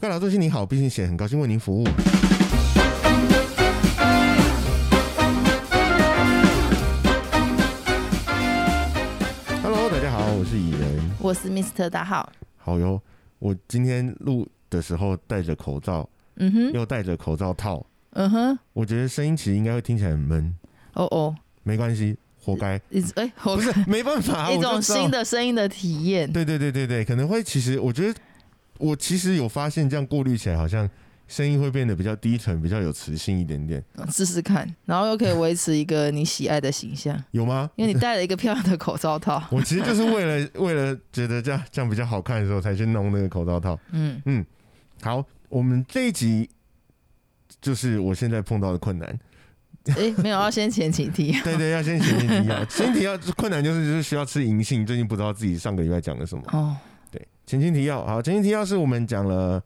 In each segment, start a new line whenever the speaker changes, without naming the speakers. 高老师心情好，毕竟写很高兴为您服务。Hello，大家好，我是蚁人。
我是 Mr 大号，
好哟，我今天录的时候戴着口罩，
嗯哼，
又戴着口罩套，
嗯哼，
我觉得声音其实应该会听起来很闷，
哦哦，
没关系，活该，
一直哎，我
不 是没办法，
一
我就
种
知道
新的声音的体验，
对对对对对，可能会其实我觉得我其实有发现，这样过滤起来好像声音会变得比较低沉，比较有磁性一点点，
嗯试试看，然后又可以维持一个你喜爱的形象，
有吗？，
因为你戴了一个漂亮的口罩套
我其实就是为了为了觉得这样这样比较好看的时候，才去弄那个口罩套。
嗯，
好，我们这一集就是我现在碰到的困难。
哎，没有要先前情提，
对对，要先前提 要，前提要困难就是就是需要吃银杏，最近不知道自己上个礼拜讲了什么。
哦，
对，前情提要，好，前情提要是我们讲了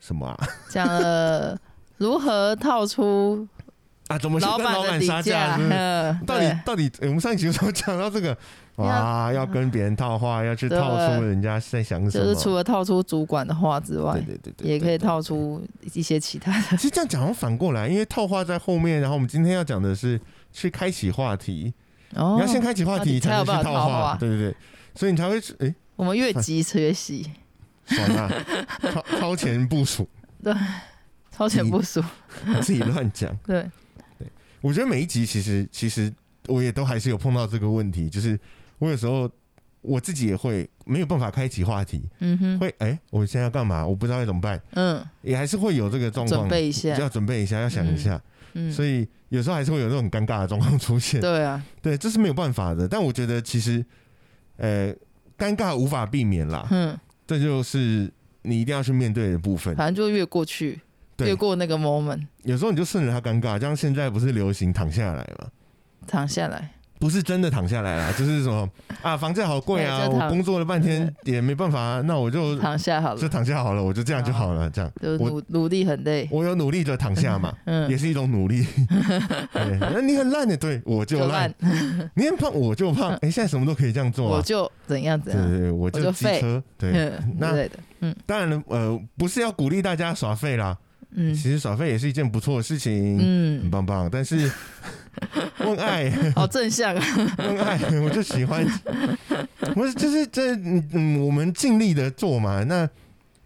什么啊？
讲了如何套出
啊，怎么去
老
跟老
的
板
底
杀
价，
是不是？
嗯
到底
对
到底、欸诶我们上一集有时候讲到这个，哇，要跟别人套话，要去
对
套出人家在想什
就
么，
是除了套出主管的话之外
对，对对对，
也可以
对。
套出一些其他的，
其实这样讲，好像反过来，因为套话在后面，然后我们今天要讲的是去开启话题，
哦
你要先开启话题
你才
能
有
去
办法
套
套话
对对对，所以你才会诶
我们越急越细，
爽啊，超超前部署，
超前部署，
自己乱讲。
对，
我觉得每一集其实其实我也都还是有碰到这个问题，就是我有时候我自己也会没有办法开启话题，
嗯哼，
会哎、我现在要干嘛？我不知道该怎么办，
嗯，
也还是会有这个状况
准，备一下，
要准备一下，要想一下，
嗯，
所以有时候还是会有那种尴尬的状况出现。
对啊，
对，这是没有办法的。但我觉得其实，呃，尴尬无法避免啦，
嗯，
这就是你一定要去面对的部分。
反正就越过去，
对
越过那个 moment，
有时候你就顺着他尴尬，像现在不是流行躺下来嘛？
躺下来，
不是真的躺下来啦，就是什么啊，房价好贵啊，
对就躺
我工作了半天也没办法、啊，那我就
躺下好
就
了，
躺下好了，我就这样就好了，这样
就
我
努努力很累，
我有努力的躺下嘛。也
嗯，
是一种 努力。对那你很烂的，对我就烂
烂；，嗯
你很胖，我就胖。哎、现在什么都可以这样做
我
啊！
就怎样怎
对对
样，
对，我就
就
机
废
车。 对，
嗯
那
之类的，嗯
当然了，呃，不是要鼓励大家耍废啦，
嗯
其实耍废也是一件不错的事情，很
嗯，
棒棒。但 是问爱，
好正向啊，
问爱， 我就喜欢， 我就是这，嗯嗯，我们尽力的做嘛。那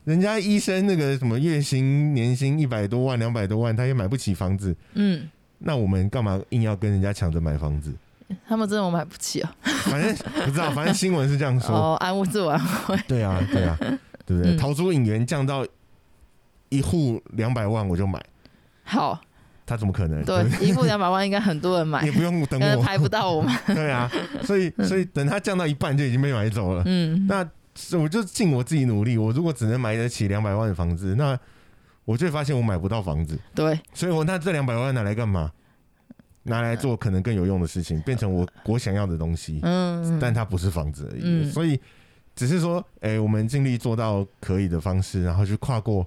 人家医生那个什么月薪、年薪一百多万、两百多万，他也买不起房子，
嗯，
那我们干嘛硬要跟人家抢着买房子？
他们真的我买不起哦，
反正不知道，反正新闻是这样说。
哦，安慰自我安慰，
对啊，对啊，对不对？
嗯
逃出影园降到一户两百万我就买，
好，
他怎么可能？
对
不，
一副两百万应该很多人买
也，不用等
但 是
我。
排不到我们，
对啊，所以所以等它降到一半就已经被买走了。
嗯，
那我就尽我自己努力，我如果只能买得起两百万的房子，那我就会发现我买不到房子，
对，
所以我那这两百万拿来干嘛？拿来做可能更有用的事情，变成我我想要的东西。
嗯，
但它不是房子而已。
嗯
所以只是说，哎、我们尽力做到可以的方式，然后去跨过，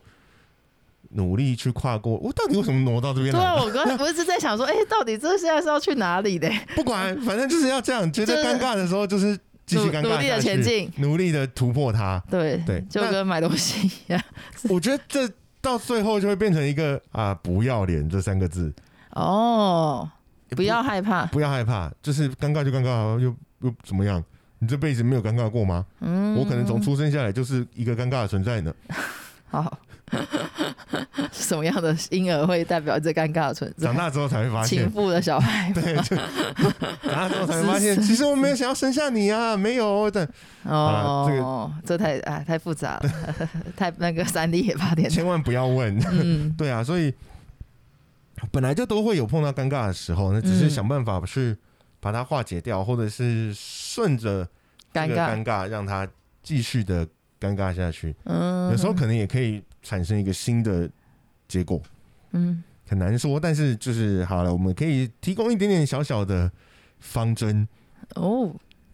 努力去跨过。我到底为什么挪到这边
对
来
啊，
的？
我刚才不是在想说，哎，到底这现在是要去哪里的？
不管，反正就是要这样。觉得
就是
尴尬的时候，就是继续
努
尴尬
努力
下
的
去
前，进，
努力的突破它。
对
对
就
那
跟买东西一样。
我觉得这到最后就会变成一个啊，不要脸这三个字。
哦，不要害怕，
不要害怕，就是尴尬就尴尬，又又怎么样？你这辈子没有尴尬过吗？
嗯，
我可能从出生下来就是一个尴尬的存在呢。
好， 什么样的婴儿会代表这尴尬的存
长
在？
大之后才会发 现
情，妇的小孩哦
对，就然后之后才发
是
现，其实我没有想要生下你啊，没有 但
哦，
这
这太啊太复杂了， 太那个三 D 也八点档，
千万不要问。
嗯
对啊，所以本来就都会有碰到尴尬的时候，那只是
嗯
想办法去把它化解掉，或者是顺着这
尴
个
尬，
尴尬让它继续的尴尬下去。
嗯，
有时候可能也可以产生一个新的结果，
嗯
很难说。但是就是好了，我们可以提供一点点小小的方针，
哦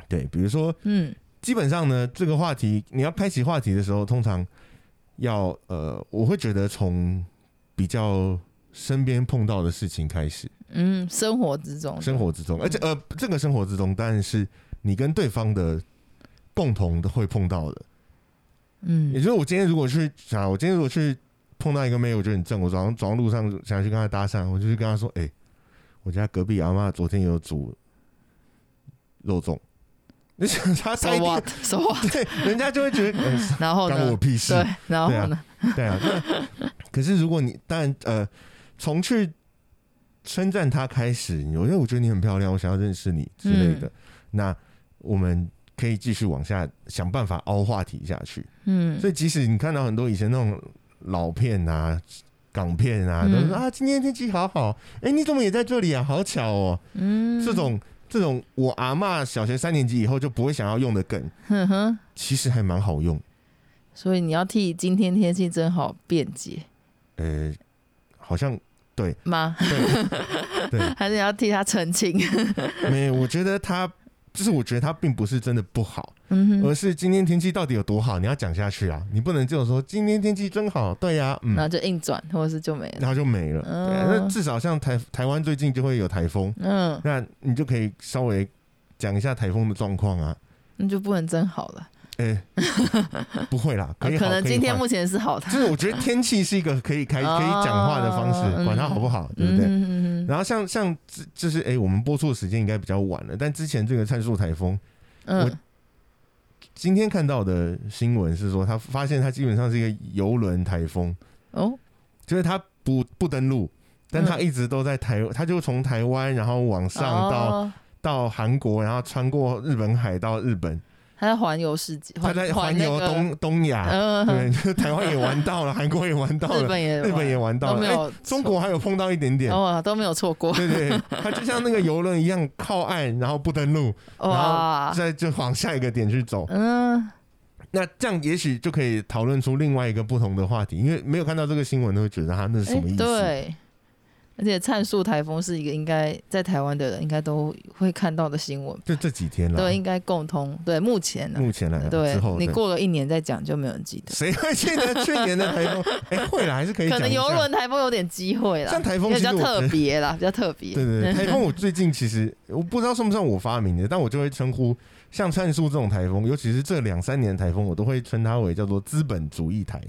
对，比如说
嗯
基本上呢，这个话题你要开启话题的时候，通常要呃，我会觉得从比较身边碰到的事情开始，
嗯，生活之中的
生活之中，而且呃，这个生活之中当然是你跟对方的共同的会碰到的，
嗯
也就是我今天如果去想，我今天如果去碰到一个妹，我觉得很正，我早上早上路上想去跟她搭讪，我就去跟她说：“哎、我家隔壁阿妈昨天有煮肉粽。” 你想她她
，so
一定
what，so what，
对，人家就会觉得，呃
然后
关
呢
我？屁事。
哦对，然后呢？
对啊，那可是如果你当然呃，从去称赞他开始，我觉得我觉得你很漂亮，我想要认识你之类的，
嗯
那我们可以继续往下想办法凹话题下去。
嗯，
所以即使你看到很多以前那种老片啊。港片啊，都
嗯
说啊，今天天气好好，哎、你怎么也在这里啊？好巧哦！
嗯
这种这种，我阿嬷小学三年级以后就不会想要用的梗，
哼哼，
其实还蛮好用。
所以你要替今天天气真好辩解
呃，好像
吗？
对对，
还是你要替他澄清？
没有，我觉得他就是，我觉得他并不是真的不好，
嗯
而
哼，
是今天天气到底有多好，你要讲下去啊，你不能只有说今天天气真好，对呀、
然后
嗯，
就硬转，或者是就没了。
然后就没了。对啊、
嗯
那至少像台台湾最近就会有台风，
嗯，
那你就可以稍微讲一下台风的状况 啊。
那就不能真好了。
哎、不会啦，可以好，
呃可能
以
今天
坏
目前是好的
就。是我觉得天气是一个可以开可以讲话的方
哦
式，管它好不好，对不对？
嗯哼
然后像像这就是哎、我们播出的时间应该比较晚了，但之前这个灿数台风。
嗯
我今天看到的新闻是说，他发现他基本上是一个游轮台风，
哦，
就是他不不登陆，但他一直都在台，他就从台湾然后往上到、
哦
到韩国，然后穿过日本海到日本，
他在环游世界，
他在环游东、，东亚，
嗯，
对，就是台湾也玩到了，韩国也玩到
日
了，
本也
日本也玩到了，
都没
哎
有错，
中国还有哦碰到一点点。
哇都没有错过
对对，对他就像那个游轮一样靠岸，然后不登陆，
哇，
再就往下一个点去走。
嗯
那这样也许就可以讨论出另外一个不同的话题，因为没有看到这个新闻都会觉得他那是什
哎
么意思？
对。而且灿数台风是一个应该在台湾的人应该都会看到的新闻，
就这几天了
对，，应该共通。对，目前啊呢，
目前来了
对
呃之后，
你
对
过了一年再讲就没有人记得，
谁会记得去年的台风？哎，会了，还是可以
可
讲
能
一下
游。轮台风有点机会啦，
像台风
因为
其
比
实
较
我觉
特
得
别啦，比较特别。
对对对，台风我最近其实我不知道算不算我发明的，但我就会称呼像灿叔这种台风，尤其是这两三年的台风，我都会称它为叫做资本主义台。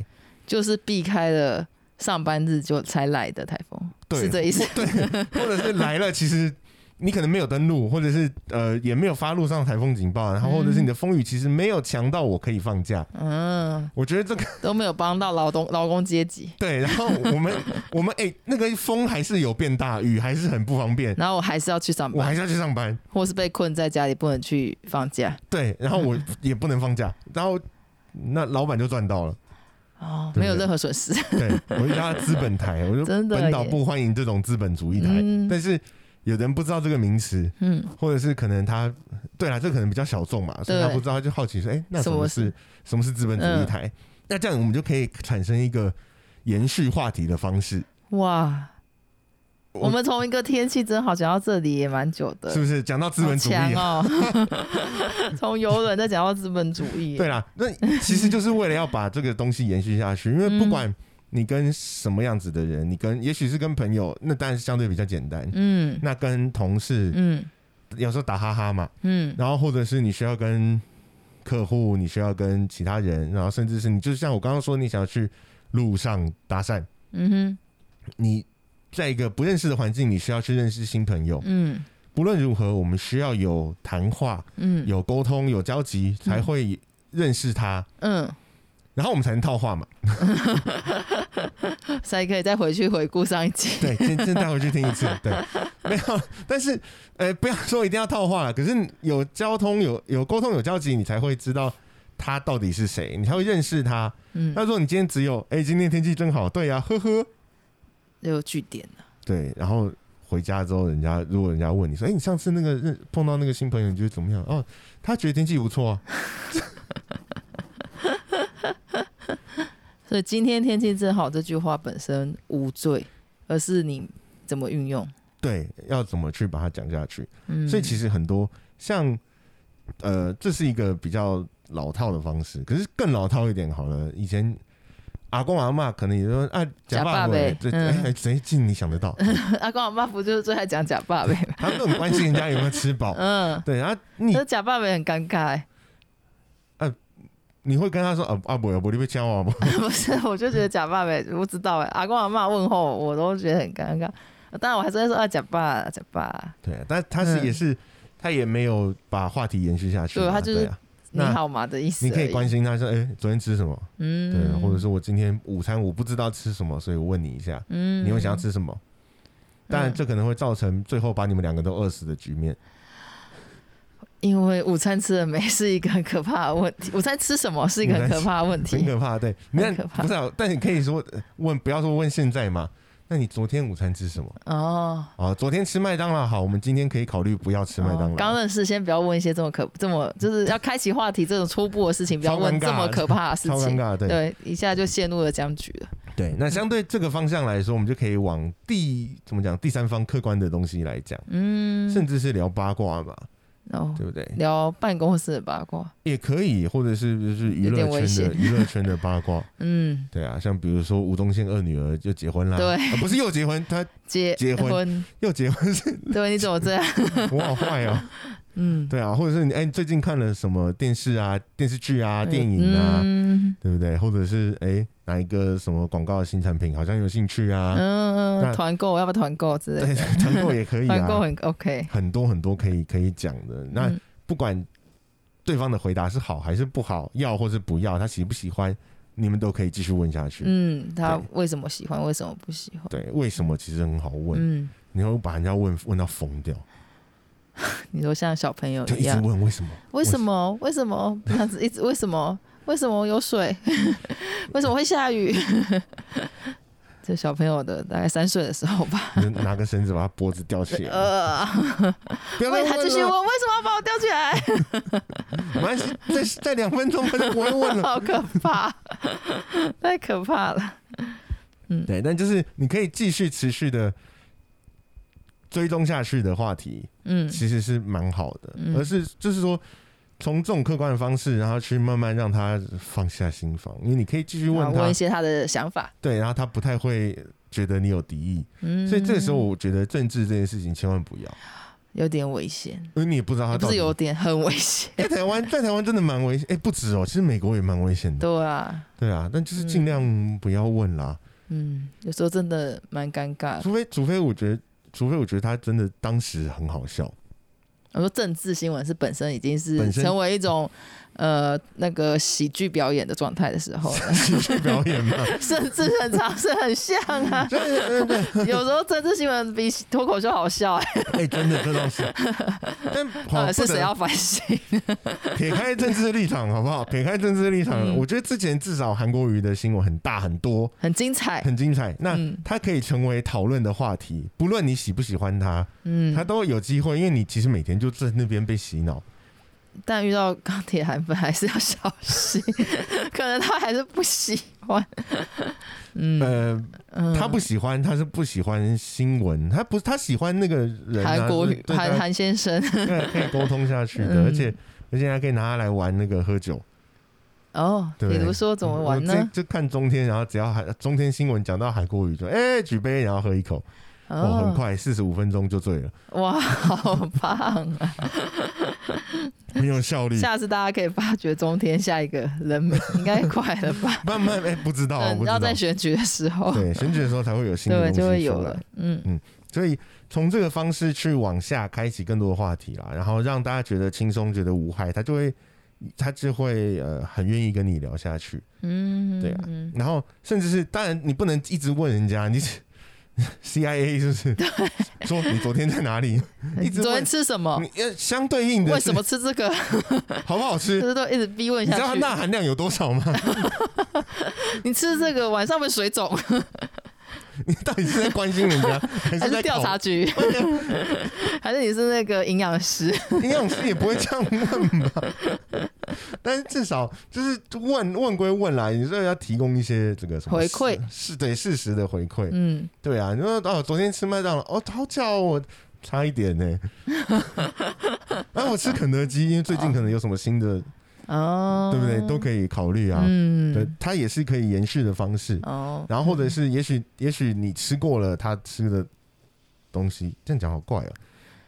就是避开了上班日就才来的台风，
对
是这意思。
对， 或者是来了，其实你可能没有登录，或者是呃也没有发路上台风警报，然后或者是你的风雨其实没有强到我可以放假。
嗯，
我觉得这个
都没有帮到劳动劳工阶级，
对，然后我们 我们哎、那个风还是有变大，雨还是很不方便，
然后我还是要去上
我还
班，
是要去上班。
或是被困在家里不能去放假。
对，然后我也不能放假，然后那老板就赚到了。
哦，
对
没有任何损失。
对，我就叫他资本台，我就
真的耶
本岛不欢迎这种资本主义台，
嗯
但是。有的人不知道这个名词，
嗯，
或者是可能他，对啦，这可能比较小众嘛，所以
对
他不知道，他就好奇说，哎、那什
什
么
么嗯
是
是
什么是资本主义台？那这样我们就可以产生一个延续话题的方式，
哇，
我
我们从一个天气真好讲到这里也蛮久的，
是不是？讲到资本主义，啊
好强哦。 从游轮再讲到资本主义，
对啦，那其实就是为了要把这个东西延续下去，因
嗯
为不管你跟什么样子的人，你跟也许是跟朋友，那当然是相对比较简单。
嗯
那跟同事
嗯
有时候打哈哈嘛，
嗯
然后或者是你需要跟客户，你需要跟其他人，然后甚至是你就像我刚刚说，你想要去路上搭讪，
嗯哼
你在一个不认识的环境，你需要去认识新朋友。
嗯
不论如何，我们需要有谈话、
嗯
有沟通、有交集，才会认识他，
嗯，
然后我们才能套话嘛。
才可以再回去回顾上一集。
对，先先带回去听一次。对，没有，但是呃，不要说一定要套话了。可是有交通、有有沟通、有交集，你才会知道他到底是谁，你才会认识他。
嗯，
他说你今天只有哎、今天天气真好，对呀、呵呵，
有据点了
对。然后回家之后，人家如果人家问你说，哎、你上次那个认碰到那个新朋友，你觉得怎么样？哦，他觉得天气不错、啊，
所以今天天气真好这句话本身无罪，而是你怎么运用。
对，要怎么去把它讲下去？
嗯，
所以其
实
实很多像呃，这是一个比较老套的方式，可是更老套一点好了，以前。阿公阿嬷可能也说啊，假
假
爸
爸
爸
呗，
这
嗯
哎谁进你想得到？
阿公阿妈不就是最爱讲假爸呗？
他们很关心人家有没有吃饱。啊
嗯，
对，然后你
那假爸呗很尴尬、欸。
你会跟他说啊啊不不，你被枪啊不？
不是，我就觉得假爸呗，我不知道哎，阿公阿妈问候我都觉得很尴尬。当然我还是会说啊，假爸假爸，
对啊，但他是
嗯
也是、他也没有把话题延续下去嘛，
对他就是
啊、
你
那
好吗的意思而
你
已。
可以关心他说，哎、昨天吃什么？对，啊
嗯，
或者说我今天午餐我不知道吃什么，所以我问你一下，
嗯，
你会想要吃什么？当然，
嗯
这可能会造成最后把你们两个都饿死的局面。
因为午餐吃了没是一个很可怕的问题，午餐吃什么是一个很可怕的问
很
题。
可怕，对，你看
可怕
不是、啊，但你可以说呃问，不要说问现在嘛。那你昨天午餐吃什么
哦，
啊？昨天吃麦当劳，好，我们今天可以考虑不要吃麦当
哦刚
劳。
认识先不要问一些这么可这么就是要开启话题这种初步的事情，不要
超
问
尴尬
这么可怕的事
超尴
情。
尬，对
对，一下就陷入了僵局了。
对。那相对这个方向来说，我们就可以往第怎么讲第三方客观的东西来讲，
嗯，哦
甚至是聊八卦嘛，
然后
对不对？
聊办公室的八卦。
也可以，或者是就是娱
有
乐
点危
圈的娱乐圈的八卦，
嗯，
对啊，像比如说吴宗宪二女儿就结婚啦，
对
啊不是又结婚，她
结
结婚又结婚是
对，你怎么 这样？
我好坏 哦、
嗯，
对啊，或者是你哎、你最近看了什么电视啊、电视剧啊、电影啊，
嗯
对不对？或者是哎、哪一个什么广告的新产品好像有兴趣啊？那
嗯，团购要不要团购之类
对
的？，
团购也可以
团购
啊，
很 OK。
很多很多可以可以讲的。那
嗯
不管对方的回答是好还是不好，要或是不要，他喜不喜欢，你们都可以继续问下去。
嗯，他
对
为什么喜欢？为什么不喜欢？
对，为什么其实很好问，
嗯，
你会把人家问问到疯掉，
你说像小朋友
就
一
一直
样，
问为什么？
为什？么？为什么这样子？一直为什么？为什么有水？ 为什么会下雨？ 这小朋友的大概三岁的时候吧。
你就拿个绳子把他脖子吊起来，
呃，
不要再
为他
问
继续
了
问，为什么要把我吊起来？
没关系，再再两分钟他就不会问了。
好可怕， 太可怕了。嗯
对，但就是你可以继续持续的追踪下去的话题，
嗯
其实是蛮好的，
嗯
而是就是说从这种客观的方式，然后去慢慢让他放下心房，因为你可以继续
啊
问他
问一，些他的想法。
对，然后他不太会觉得你有敌意，
嗯，
所以这个时候我觉得政治这件事情千万不要，
有点危险，
因为你也不知道他啊
也
到
不
底
是有点很危险。
在台湾，在台湾真的蛮危险，哎、不止哦、其实美国也蛮危险的，
对啊，
对啊，但就是尽量不要问啦。
嗯，有时候真的蛮尴尬的。
除非除非我觉得，除非我觉得他真的当时很好笑，
我说政治新闻是本身已经
本
是
身，
成为一种呃那个喜剧表演的状态的时候了
喜剧表演嘛，
甚至很常是很像啊。
对对对，
有时候政治新闻比脱口秀好笑哎、
哎、真的这倒是。但
到
好
呃底是谁要
哦不
反省？
得撇开政治立场好不好？撇开政治立场，
嗯
我觉得之前至少韩国瑜的新闻很大很多，
很精彩，
很精彩。那
嗯
它可以成为讨论的话题，不论你喜不喜欢他，
嗯
他，都有机会，因为你其实每天就在那边被洗脑。
但遇到钢铁韩粉还是要小心， 可能他还是不喜欢。 嗯，
呃，
嗯
他不喜欢，他是不喜欢新闻，他不，他喜欢那个人、啊。
韩国
是
语
对
韩
他
韩先生
对，可以沟通下去的，
嗯
而且而且还可以拿它来玩那个喝酒，
哦，
对不
比
对
如说怎么玩
我
呢？
就就看中天，然后只要韩中天新闻讲到韩国语就，哎举杯，然后喝一口，哦，很快四十五分钟就醉 了，
哇，好棒啊！
很有效率。
下次大家可以发掘中天下一个人名，应该快了 吧？
慢慢哎，不知道，我
嗯
不，知
要
道。
在选举的时候，
对，选举的时候才会有新的
对，
东西
就会有
出来
了。。嗯
所以从这个方式去往下开启更多的话题啦，然后让大家觉得轻松，觉得无害，他就会他就会呃很愿意跟你聊下去。
嗯，
对啊
嗯
然后甚至是，当然你不能一直问人家，你 CIA 是不是？说你昨天在哪里？ 一直问
嗯昨天吃什么？
你要相对应的
哦为
是
什么吃 这个？
好不好
就
吃？
是都一直逼问
你知道
下
它
去。
钠含量有多少吗？
你吃这个晚上会水肿，
你到底是在关心 人家，还
还
是
是
在
调查局？ 还是你是那个营养师？
考？营养师也不会这样问 吧？但是至少就是问问归问啦，你说要提供一些这个什么
回馈
是是对事实的回馈。
嗯，
对啊，你说哦，昨天吃麦当劳，哦，好巧哦，我差一点 呢。哎、我吃肯德基，因为最近可能有什么新的，
哦，
对不对？都可以考虑啊。对
嗯，，
它也是可以延续的方式。
哦，
然后或者是，也许也许你吃过了他吃的东西，这样讲好怪哦、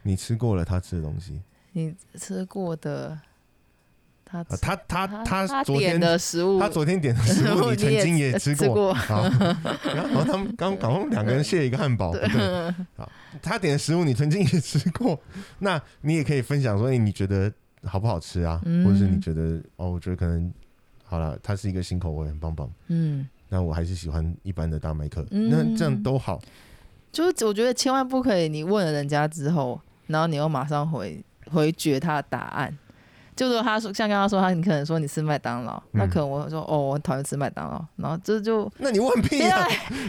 你吃过了他吃的东西，
你吃过的，他
啊他他
他
他昨
点
天
的食物，
他昨天点的 食物，
我
你曾
也
经也吃
吃吃过
好，然后他们刚刚好两个人 share 一个汉堡，不对，好，他点的食物你曾经也吃过，那你也可以分享说，哎、你觉得好不好吃啊？
嗯
或者是你觉得哦，我觉得可能好了，它是一个新口味，很棒棒。
嗯，
那我还是喜欢一般的大麦克，
嗯
那这样都好。
就是我觉得千万不可以，你问了人家之后，然后你又马上回回绝他的答案。就如果他说像刚刚说他，你可能说你吃麦当劳，那
嗯
可能我说哦，我很讨厌吃麦当劳，然后这就
那你问屁
对，
啊！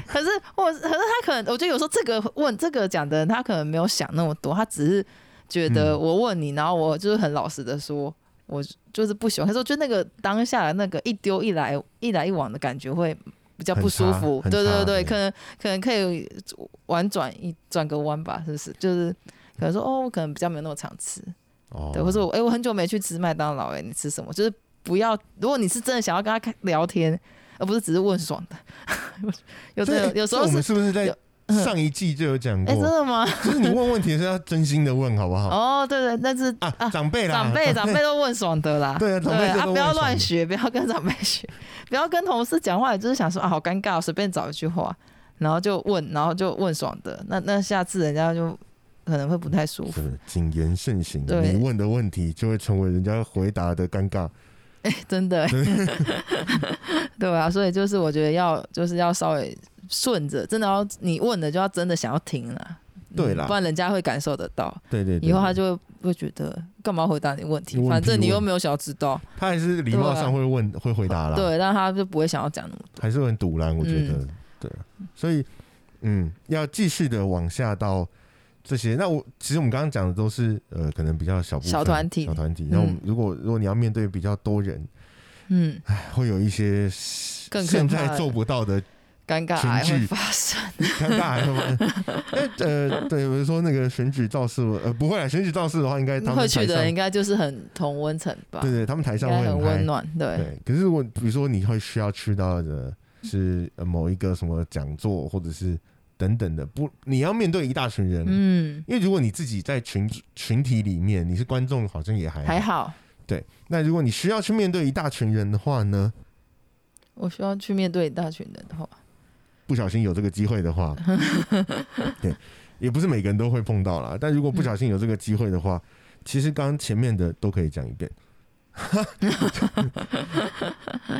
可是我，可是他可能，我觉得有时候这个问这个讲的人，他可能没有想那么多，他只是觉得
嗯
我问你，然后我就是很老实的说，我就是不喜欢。可是我觉得那个当下的那个一丢一来一来一往的感觉会比较不舒服。
很差
对对
很差
对，
嗯
可能可能可以婉转一转个弯吧，是不是？就是可能说哦，我可能比较没有那么常吃，
哦
对，或者我哎、我很久没去吃麦当劳，哎，你吃什么？就是不要，如果你是真的想要跟他开聊天，而不是只是问爽的， 有
对
的有时
这
候
我
是
们是不是在
有嗯
上一季就有讲
哎、真
过？
的吗？
就是你问问题是要真心的问，好不好？
哦，对对，那是
啊，长辈啦，
长辈，长辈都问爽的啦。
对啊长辈都
啊，
问
不要
爽
乱
的
学，不要跟长辈学， 不要跟同事讲话，就是想说啊，好尴尬，随便找一句话，然后就问，然后就问爽的，那那下次人家就可能会不太舒服。
是不是谨言慎行，
对
你问的问题就会成为人家回答的尴尬。
真的 欸，对啊，所以就是我觉得要就是要稍微顺着，真的要你问的就要真的想要听了，
对啦
不然人家会感受得到，
对对对，
以后他就会觉得干嘛回答你问题，
问
反正你
屁
又
问
没有想要知道，
他还是礼貌上会问、会回答啦，，
对，但他就不会想要讲那么多，
还是会很堵然，我觉得、
嗯
对，所以嗯，要继续的往下到这些。那我其实我们刚刚讲的都是呃，可能比较小部分
小团体
小团体。那我们
嗯
如果、如果你要面对比较多人，
嗯，
会有一些
更可
现
怕
在
的
做不到的
尴尬癌
情
会
绪
发生，
尴尬，是吗？那呃，对，我是说那个选举造势，呃，不会啊，选举造势的话，应该 他们
会去
台
的
上
人应该就是很同温层吧，
对对，他们台
应
上
该
会
很
嗨
温暖，对，
对，可是我比如说你会需要去到的是呃某一个什么讲座，或者是等等的，不，你要面对一大群人，
嗯，
因为如果你自己在群群体里面，你是观众，好像也还
还好，
对。那如果你需要去面对一大群人的话呢，
我需要去面对大群人的话，
不小心有这个机会的 话，对，也不是每个人都会碰到啦。但如果不小心有这个机会的话，其实刚刚前面的都可以讲一遍。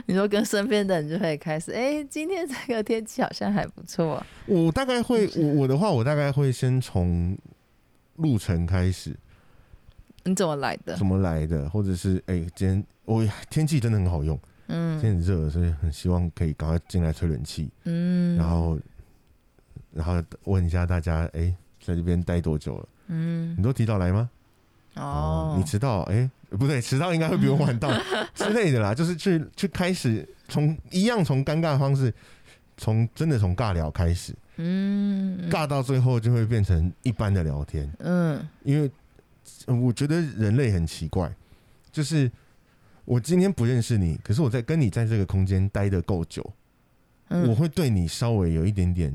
你说跟身边的人就可以开始，哎、今天这个天气好像还不错、啊，
我大概会，我
嗯
我的话，我大概会先从路程开始，
你怎么来的？
怎么来的，或者是哎、今天我天气真的很好用，今
嗯
天很热，所以很希望可以赶快进来吹冷气，
嗯，
然后然后问一下大家，哎、在这边待多久了？
嗯
你都提早来吗？
哦，
你迟到，哎、不对，迟到应该会比我 晚到之类的啦，就是去去开始从一样从尴尬的方式，从真的从尬聊开始，
嗯
尬到最后就会变成一般的聊天。
嗯
因为呃我觉得人类很奇怪，就是我今天不认识你，可是我在跟你在这个空间待的够久，
嗯，
我会对你稍微有一点点，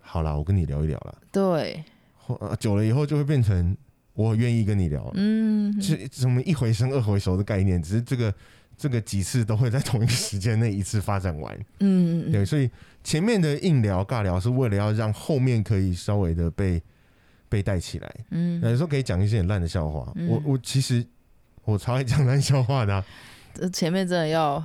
好啦，我跟你聊一聊啦。
对，
后呃久了以后就会变成我愿意跟你聊，
嗯
是什么一回生二回熟的概念，只是这个这个几次都会在同一个时间内一次发展完。
嗯
对，所以前面的硬聊尬聊是为了要让后面可以稍微的被被带起来。
嗯
有时候可以讲一些很烂的笑话。
嗯
我我其实我超爱讲烂笑话的啊、
嗯，前面真的要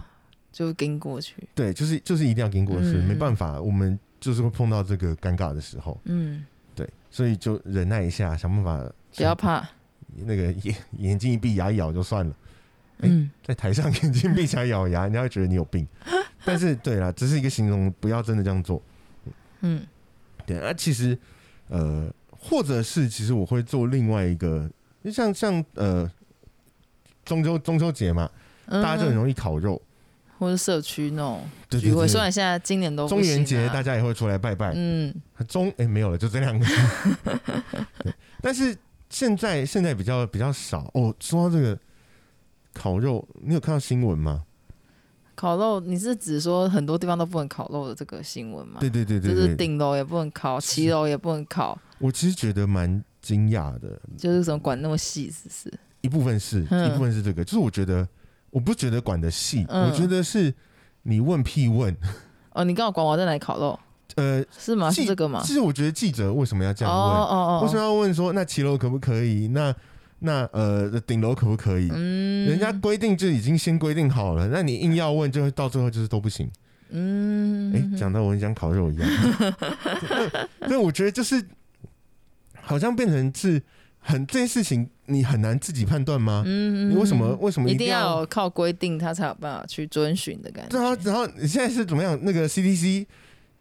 就跟过去，
对，就是就是一定要跟过去，
嗯
没办法，我们就是会碰到这个尴尬的时候，
嗯，
对，所以就忍耐一下，想办法
不要怕，
那个眼眼睛一闭，牙一咬就算了，哎
嗯
在台上眼睛闭起来咬牙，人家会觉得你有 病。但是对啦，只是一个形容，不要真的这样做。
嗯
对啊，其实呃，或者是其实我会做另外一个，就像像呃中秋中秋节嘛，
嗯，
大家就很容易烤肉。
或者社区那种
对对
聚会，
对
虽然现在今年都不
中元
行
节
啊
大家也会出来拜拜。
嗯
中哎、没有了，就这 两个。对但是现在现在比较比较少哦。说到这个烤肉，你有看到新闻吗？
烤肉，你是指说很多地方都不能烤肉的这个新闻吗？
对对对
啊就
对
是
对，
顶楼也不能烤，
是
骑楼也不能烤，
我其实觉得蛮惊讶的。
就是怎么管那么细，是不是？
一部分是
嗯
一部分是这个，就是我觉得我不觉得管得细，
嗯
我觉得是你问屁问。
哦，你刚好管我在哪里烤肉
呃，
是吗？是
记
这个吗？
其实我觉得记者为什么要这
哦
样问？
哦
为什么
哦，
要问说那骑楼可不可以？那那呃顶楼可不可以？
嗯，
人家规定就已经先规定好了，那你硬要问，就会到最后就是都不行。
嗯，
哎、讲到我很想烤肉 一样，所以我觉得就是好像变成是很这件事情，你很难自己判断吗？
嗯，
你为什么
嗯
为什么
一
定
定要有靠规定，他才有办法去遵循的感觉
然？后，然后你现在是怎么样？那个 CDC，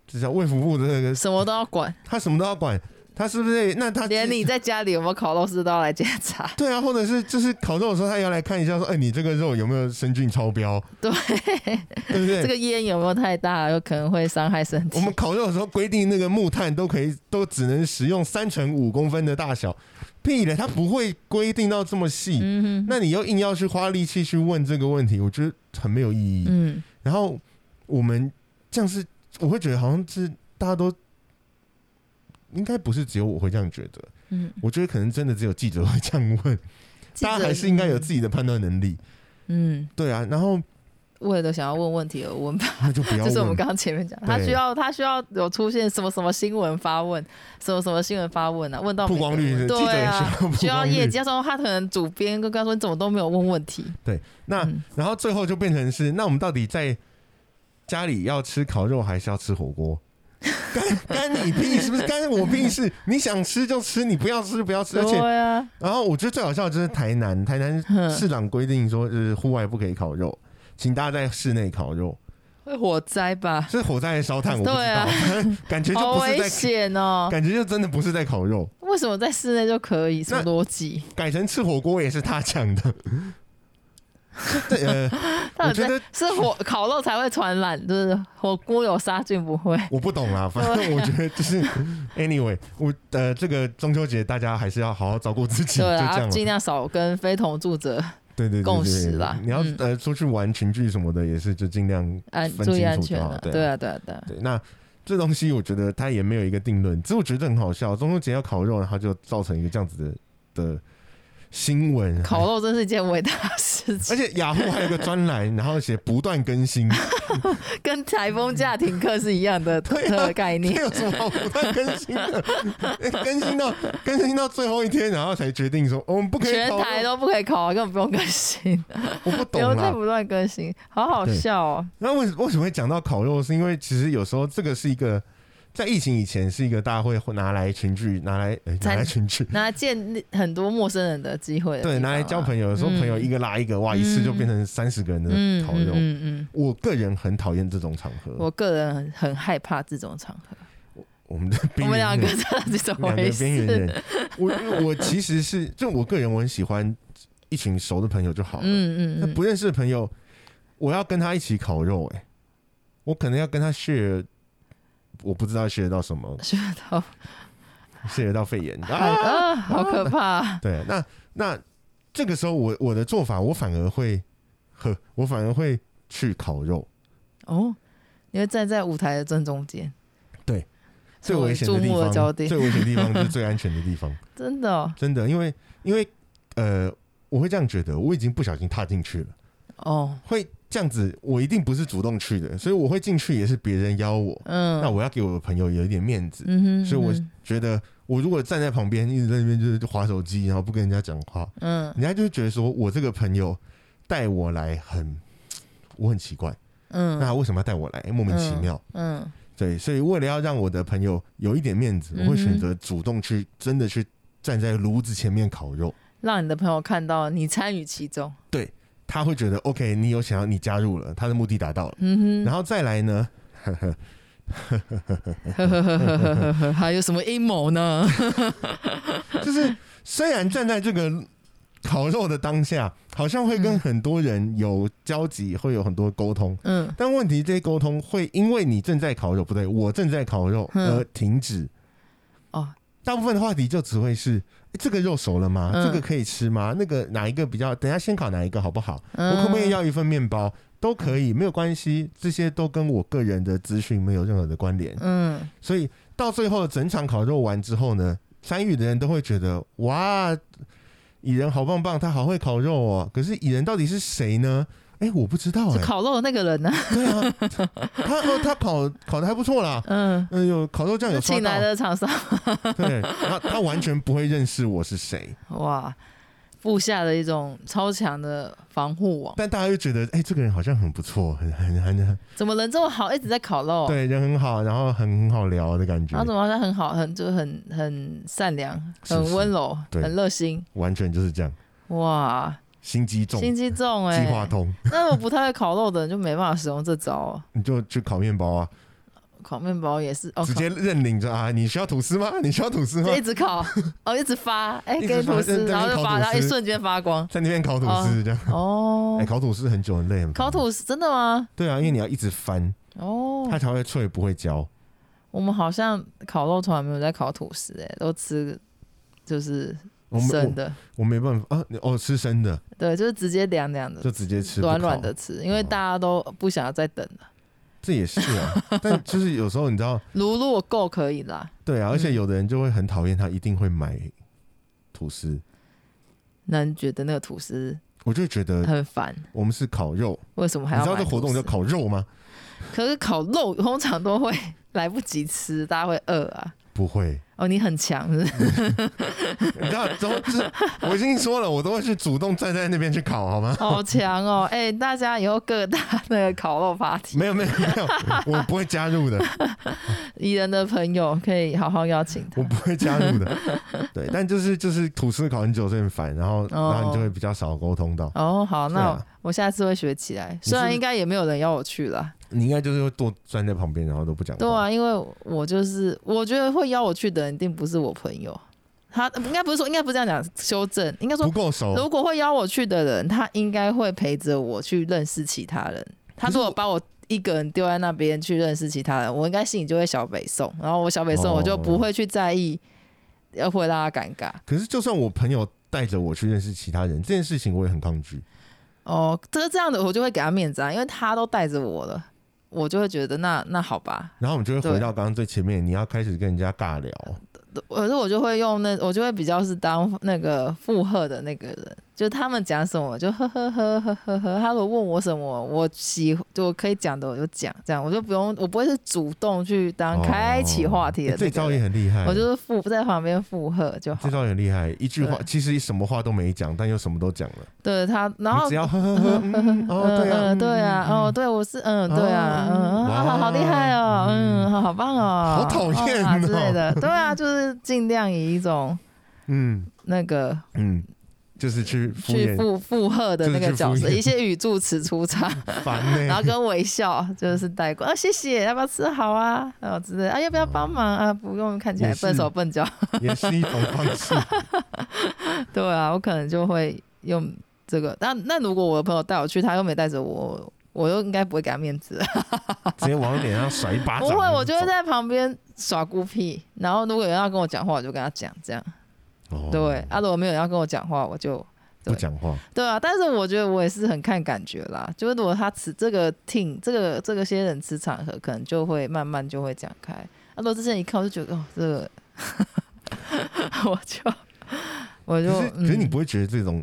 就像卫福部的那个，
什么都要管，
他什么都要管，他是不是？那他
连你在家里有没有烤肉丝都要来检查。
对啊，或者是就是烤肉的时候，他也要来看一下，说，哎、你这个肉有没有生菌超标？
对，
对不对？
这个烟有没有太大，有可能会伤害身 体
我。们烤肉的时候规定，那个木炭都可以，都只能使用三乘五公分的大小。屁嘞，他不会规定到这么细。
嗯哼，
那你又硬要去花力气去问这个问题，我觉得很没有意义。
嗯，
然后我们这样是，我会觉得好像是大家都应该不是只有我会这样觉得，
嗯，
我觉得可能真的只有记者会这样问，
记
大
者
家还是应该有自己的判断能力。
嗯，
对啊，然 后
为了想要问问题而问吧，
那就不要
就是我们
问。
刚刚前面讲，他
对
需要他需要有出现什么什么新闻发问，什么什么新闻发问啊，问到
曝
每个
光率
人
是记者
对
也需
啊
要曝，
需要
光
业
率
绩。他说他可能主编跟他说你怎么都没有问问题，
那
嗯
然后最后就变成是，那我们到底在家里要吃烤肉还是要吃火 锅？干干你屁是不是？干我屁事！你想吃就吃，你不要吃就不要吃。而且，
对啊，
然后我觉得最好笑的就是台南，台南市
哼，
长规定说，就是户外不可以烤肉，请大家在室内烤肉。
会火灾吧，
这火灾还是烧炭，我不知道，
对啊
感觉就
好
不是
危
在，
险哦。
感觉就真的不是在烤肉，
为什么在室内就可以？什么
那
逻辑？
改成吃火锅也是他讲的。对，呃，我
到底
觉
在
得
是火烤肉才会传染，就是火锅有杀菌不 会。
我不懂啦，反正我觉得就是，anyway，我呃，这个中秋节大家还是要好好照顾自己，就
对
这
啊，
样了。
尽量少跟非同住者
对对对
共
对
识
对
啦
你要
嗯
呃出去玩群聚什么的，也是就尽量
安
分
注意
清
安
楚就
全
好
啊。
对啊
对啊，对啊，对啊。
对，那这东西我觉得它也没有一个定论，只是我觉得很好笑。中秋节要烤肉，然后就造成一个这样子的的新闻。
烤肉真是一件伟大的事
而
情，
且雅虎还有个专栏，然后写不断更新，
跟台风假停课是一样的
对啊
的概
这
念。
有什么好不断更新的？更新到更新到最后一天，然后才决定说、哦我们不可以
全
烤肉
台都不可以烤， 根本不用更
啊
新，
我不
不
懂
用再
啦。
不断更新，好好
对
笑哦。
那为为什么会讲到烤肉？是因为其实有时候这个是一个在疫情以前是一个大家会拿来群聚，拿来、哎拿来
在
群聚，
拿来见立很多陌生人的机会的地方
对，
啊，
拿来交朋友，有时候朋友一个拉一个，哇，一次就变成三十个人的
嗯
烤
嗯
肉。
嗯嗯，
我个人很讨厌这种场合，我
我个人很很害怕这种场合。
们的
我
边
们两
缘
个
人，
真的是怎么
两
回
个
事？
边缘人。我我其实是，就我个人我很喜欢一群熟的朋友就好了。
嗯
那
嗯嗯，
不认识的朋友，我要跟他一起烤肉、哎，我可能要跟他 share，我不知道 share 到什 么
学到
啊，share 到肺炎 啊。
嗯啊，好可怕！
对，那那这个时候我我的做法，我反而会，呵，我反而会去烤肉。
哦，你会站在舞台的正中间，
对，最
成为
危险
注
地
目的
方，
焦点
最，危险的地方就是最安全的地 方，
真的哦
真的，因为因为呃，我会这样觉得，我已经不小心踏进去了，
哦，
会这样子，我一定不是主动去的，所以我会进去也是别人邀我，
嗯，
那我要给我的朋友有一点面子，
嗯哼，
所以我
嗯
觉得我如果站在旁边一直在那边就是划手机，然后不跟人家讲话，
嗯
人家就会觉得说我这个朋友带我来很，我很奇怪，那
嗯
他为什么要带我来？莫名其妙。
嗯嗯
对，所以为了要让我的朋友有一点面子，我会选择主动去，真的去站在炉子前面烤肉。
让你的朋友看到你参与其中，
他会觉得 OK，你有想要你加入了，他的目的达到了。
嗯
然后再来 呢，
哼，呵呵呵呵呵 呵呵，还有什么阴谋呢？
就是虽然站在这个烤肉的当下，好像会跟
嗯
很多人有交集，会有很多沟通，
嗯
但问题这些沟通会因为你正在烤肉，不对，我正在烤肉
嗯
而停止。
哦，
大部分的话题就只会是、诶这个肉熟了吗？
嗯
这个可以吃吗？那个哪一个比较？等一下先烤哪一个好不好？
嗯
我可不可以要一份面包？都可以，没有关系，这些都跟我个人的资讯没有任何的关联。
嗯
所以到最后整场烤肉完之后呢，参与的人都会觉得哇，蚁人好棒棒，他好会烤肉哦。可是蚁人到底是谁呢？哎、我不知道
是
哎、
烤肉的那个人呢、
对啊，他哦他烤烤的还不错啦，
嗯，
嗯、有烤肉酱有
是
刷
请来
到，啊
的厂商，
对，他他完全不会认识我是谁，
哇，布下的一种超强的防护网，
但大家又觉得哎、这个人好像很不错，很很很很
怎么人这么好，一直在烤肉？啊
对人很好，然后很很好聊的感觉
然后，怎么好像很好，很就很很善良，
是
很
是
温柔，
对
很热心，
完全就是这样，
哇，
心机重，
心
计
机重哎、
划通，
那我不太会烤肉的人就没办法使用这招、哦，
你就去烤面包啊，
烤面包也是哦，
直
烤
接认领着啊，你需要吐司吗？你 需要吐司吗
就？一直烤， 哦，一直发，哎、
一直
给
发
吐司，
对
然后就
烤
发，
吐司，
然后一瞬间发光
在那边烤吐司这样，
哦
哎、，烤吐司很久很累，很
烤吐司真的吗？
对啊，因为你要一直翻，
哦
它，才会脆不会焦。
我们好像烤肉从来没有在烤吐司、哎，都吃就是
我
生
们
的，
我我没办法啊，你哦吃生的
对，就是直接凉凉的
就，直接吃，哦
软软的，吃，因为大家都不想要再等了。
这也是 啊。但就是有时候你知道，
如如果够可以啦，
对啊，而
嗯
且有的人就会很讨厌，他一定会买吐司，
那你觉得那个吐司
我就觉得
很烦，
我们是烤肉，
为什么
你
还
知道
要买
这活动
吐司
叫烤肉吗？
可是烤肉通常都会 来不及吃，大家会饿啊。
不会，
哦，你很强是不是
你知道，都就是 我已经说了，我都会去主动站在那边去烤，好吗？
好强哦！哎、大家以后各大那个烤肉 party，
没有没有没有，我不会加入的，
宜人的朋友可以好好邀请
我
他。
不会加入的。对，但就是就是吐司烤很久是很烦，然后然后你就会比较少沟通到。
哦，好，
对
那我,、
啊
下次会学起来。
是
虽然应该也没有人要我去啦，
你应该就是会多站在旁边，然后都不讲话。
对啊，因为我就是我觉得会邀我去的人一定不是我朋友，他应该不是说，应该不是这样讲，修正，应该说
不够熟。
如果会邀我去的人，他应该会陪着我去认识其他人。他
可是
如
我
果把我一个人丢在那边去认识其他人，我应该心里就会小北宋，然后我小北宋
哦
我就不会去在意，要会让他尴尬。
可是就算我朋友带着我去认识其他人，这件事情我也很抗拒。
哦，这个这样的我就会给他面子啊，因为他都带着我了，我就会觉得那那好吧，
然后我们就会回
对
到刚刚最前面，你要开始跟人家尬聊，
可是我就会用那我就会比较是当那个附和的那个人，就他们讲什么我就呵呵呵呵呵呵，他如果问我什么，我喜就我可以讲的我就讲，这样我就不用我不会是主动去当
哦
啊开启话题的
欸这
那
招
个
也
人、
很厉害。
我就是附在旁边附和就好
这。招也很厉害，一句话
对
其实什么话都没讲，但又什么都讲了。
对他，然后
你只要呵呵呵，嗯哦对啊，
嗯嗯对啊，
嗯嗯
哦对，我是嗯对啊，
哦
嗯
哇
啊好好厉害哦，
嗯
嗯好好棒哦，
好讨厌
哦啊
哦
之类的，对啊，就是尽量以一种
嗯
那个
嗯，就是去敷
去
衍，
附附和的那个角
就是去
色，
敷衍
一些语助词出 场，
烦
然
呢
后。跟微笑就是带过啊，谢谢，要不要吃好啊，然后之类的啊，要不要帮忙啊？不用，看起来
也是
笨手笨脚。
也是一种方式。
对啊，我可能就会用这个。那那如果我的朋友带我去，他又没带着我，我又应该不会给他面子。
直接往脸上甩一巴
不
掌。
会，我就会在旁边耍孤僻。然后如果有人要跟我讲话，我就跟他讲这样。
哦
对，啊，如果没有人要跟我讲话，我就
不讲话。
对啊，但是我觉得我也是很看感觉啦，就是如果他磁这个 team 这个这个些人磁场合，可能就会慢慢就会讲开。啊，如果之前一看我就觉得哦，这个 我就我
可，
就是嗯
可是你不会觉得这种，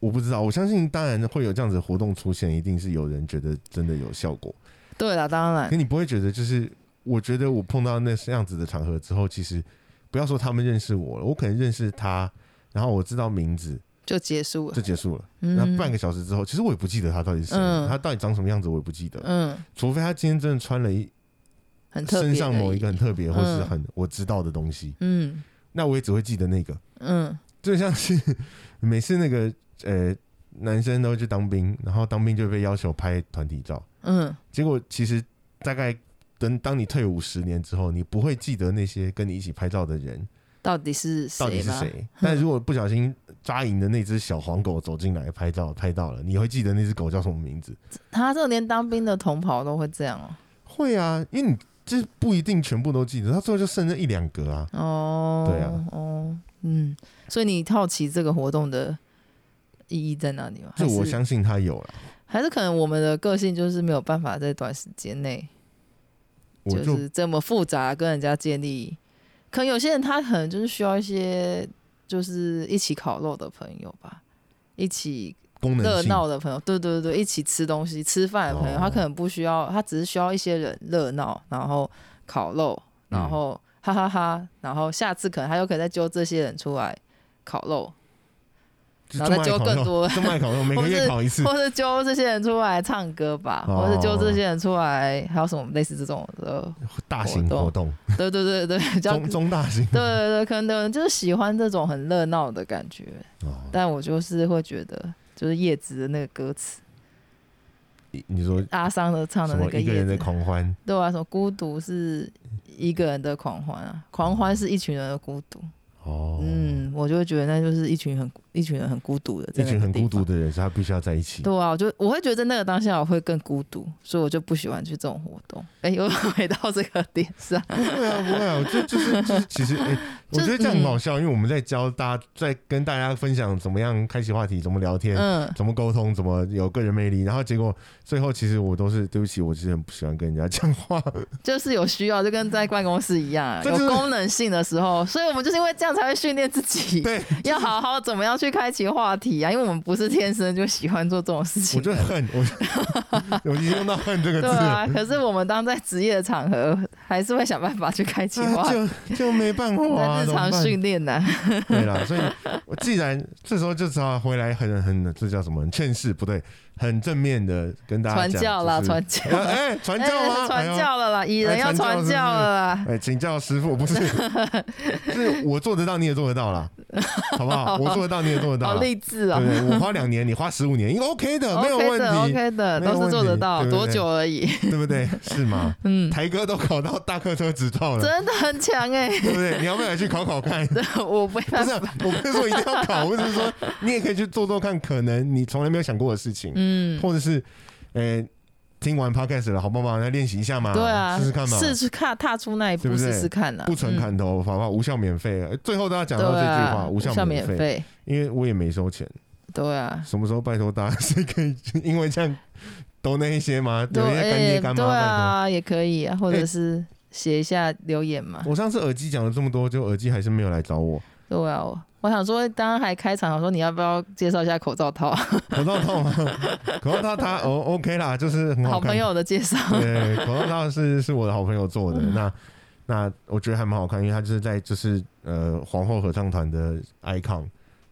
我不知道。我相信，当然会有这样子的活动出现，一定是有人觉得真的有效果。
嗯、对啦，当然
可你不会觉得，就是我觉得我碰到那样子的场合之后，其实不要说他们认识我了，我可能认识他，然后我知道名字
就结束了
就。结束了。那
嗯，
半个小时之后，其实我也不记得他到底是谁，
嗯
他到底长什么样子我也不记得，
嗯，
除非他今天真的穿了一
很特
身
别而
上某一个
已
很特别或是
嗯
很我知道的东西，
嗯
那我也只会记得那个。
嗯
就像是 每次那个呃男生都会去当兵，然后当兵就被要求拍团体照，
嗯，
结果其实大概等当你退伍十年之后，你不会记得那些跟你一起拍照的人
到底是
到底
谁
是
吗？
谁，但如果不小心扎营的那只小黄狗走进来拍照拍到了，你会记得那只狗叫什么名字？
他这种连当兵的同袍都会这样哦、
会啊，因为你这不一定全部都记得，他最后就剩那一两个啊。
哦，
对啊，
哦，嗯，所以你好奇这个活动的意义在哪里吗？
这
还是
我相信他有了，
还是可能我们的个性就是没有办法在短时间内
我
就
就是
这么复杂跟人家建立。可能有些人他可能就是需要一些就是一起烤肉的朋友吧，一起
功能
热
性
闹的朋友，对对对，一起吃东西、吃饭的朋友，
哦
他可能不需要，他只是需要一些人热闹，然后烤
嗯
肉，然后哈哈哈然后下次可能他又可以再揪这些人出来 烤肉，
就
然后
这
再
么爱
揪
烤
更
肉
多
这么爱烤肉，每个
或
月
是
烤一次，
或是揪这些人出来唱歌吧，
哦
或是揪这些人出来，还有什么类似这种的？
大型活
活
动，
对对对对， 比较
中中大型
对对对，可能有人就是喜欢这种很热闹的感觉，
哦。
但我就是会觉得，就是叶子的那个歌词，
你你说
阿桑的唱的
什
那
么
个
一个
叶
人的
子，
狂欢？
对啊，什么孤独是一个人的狂欢啊，狂欢是一群人的孤独。
哦，
嗯，我就会觉得那就是一群很一群人很孤独的，
一群很孤独
的。
的人，所以他必须要在一起。
对啊，我就我会觉得在那个当下我会更孤独，所以我就不喜欢去这种活动。哎、又回到这个点上，
不会啊， 不会啊，我就就是 就是，其实哎，我
就
觉得这样很好笑，因为我们在教大家，在跟大家分享怎么样开启话题，怎么聊天，
嗯，
怎么沟通，怎么有个人魅力，然后结果最后其实我都是对不起，我其实很不喜欢跟人家讲话。
就是有需要，就跟在办公室一样啊，
这
有
就是
功能性的时候，所以我们就是因为这样才会训练自己，
对，
要好好怎么样去开启话题啊，因为我们不是天生就喜欢做这种事
我
情
就，恨，我就 我已经用到恨这个字
对
了
啊。。可是我们当在职业的场合，还是会想办法去开启话
啊
题，
就就没办法啊，
在日
怎么
常
办？
训练呢，
对啦，所以我既然这时候就是要回来很很这叫什么？很劝世不对，很正面的跟大家
传
讲
教啦，
就是
传教。
哎哎传教
哎
吗？
传
哎呦。
教了啦，蚁人要传教了啦。
哎，请教师傅，不是，是我做得到，你也做得到啦，好不好？我做得到，你也做得到
好
啦，对
励志
不
哦
对？我花两年，你花十五年应该，OK 的，没有
，OK
问
的
题，
，OK 的，
没有
都是做
问
得
题
到，
对不
多
对
久而已，
对不对？是吗？
嗯，
台哥都考到大客车执照了，
真的很强哎，
对不对？你要不要也去考考看？
我没
不
办
是
法，
啊，我不是说一定要考，我只是说你也可以去做做看，可能你从来没有想过的事情，
嗯，
或者是，呃，听完 podcast 了，好棒棒，来练习一下嘛，
对啊，
试试看嘛，
试试看，踏出那一
对
步
不对
试试看呐，啊
不存砍头，好不好？无效免费，呃最后都要
嗯
讲
对
到这句话，
啊，
无效
免
免费，
费，
因为我也没收钱，
对啊。
什么时候拜托大家 谁可以因为这样都那一些吗？
对
有一些干
哎
爹干
对
妈拜
啊，也可以啊，或
哎
者是写一下留言嘛。
托。我上次耳机讲了这么多，就耳机还是没有来找我，
对啊，我我想说，刚刚还开场，我说你要不要介绍一下口罩套，
口罩套吗？ 口罩套他哦 OK 啦，就是很
好
看
朋友的介绍。
对，口罩套是是我的好朋友做
嗯
的，那那我觉得还蛮好看，因为它就是在就是呃皇后合唱团的 icon，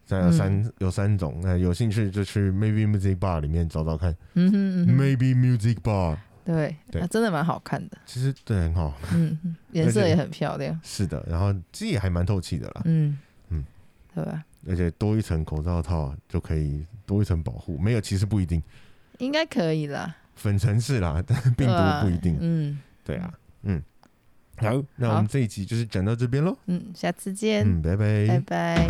在有三、
嗯
有三种，那有兴趣就去 Maybe Music Bar 里面找找看、
嗯哼嗯哼
m a y b e Music Bar，
对，
对
啊、真的蛮好看的，
其实对很好，
嗯，颜色也很漂亮，
是的，然后机也还蛮透气的啦，
嗯
嗯
嗯，对吧？
而且多一层口罩套就可以多一层保护，没有其实不一定，
应该可以啦，
粉尘是啦， 但病
对啊
毒不一定，
嗯
对啊，嗯，好，那我们
好嗯
这一集就是讲到这边喽，
嗯，下次见，
嗯，拜
拜拜。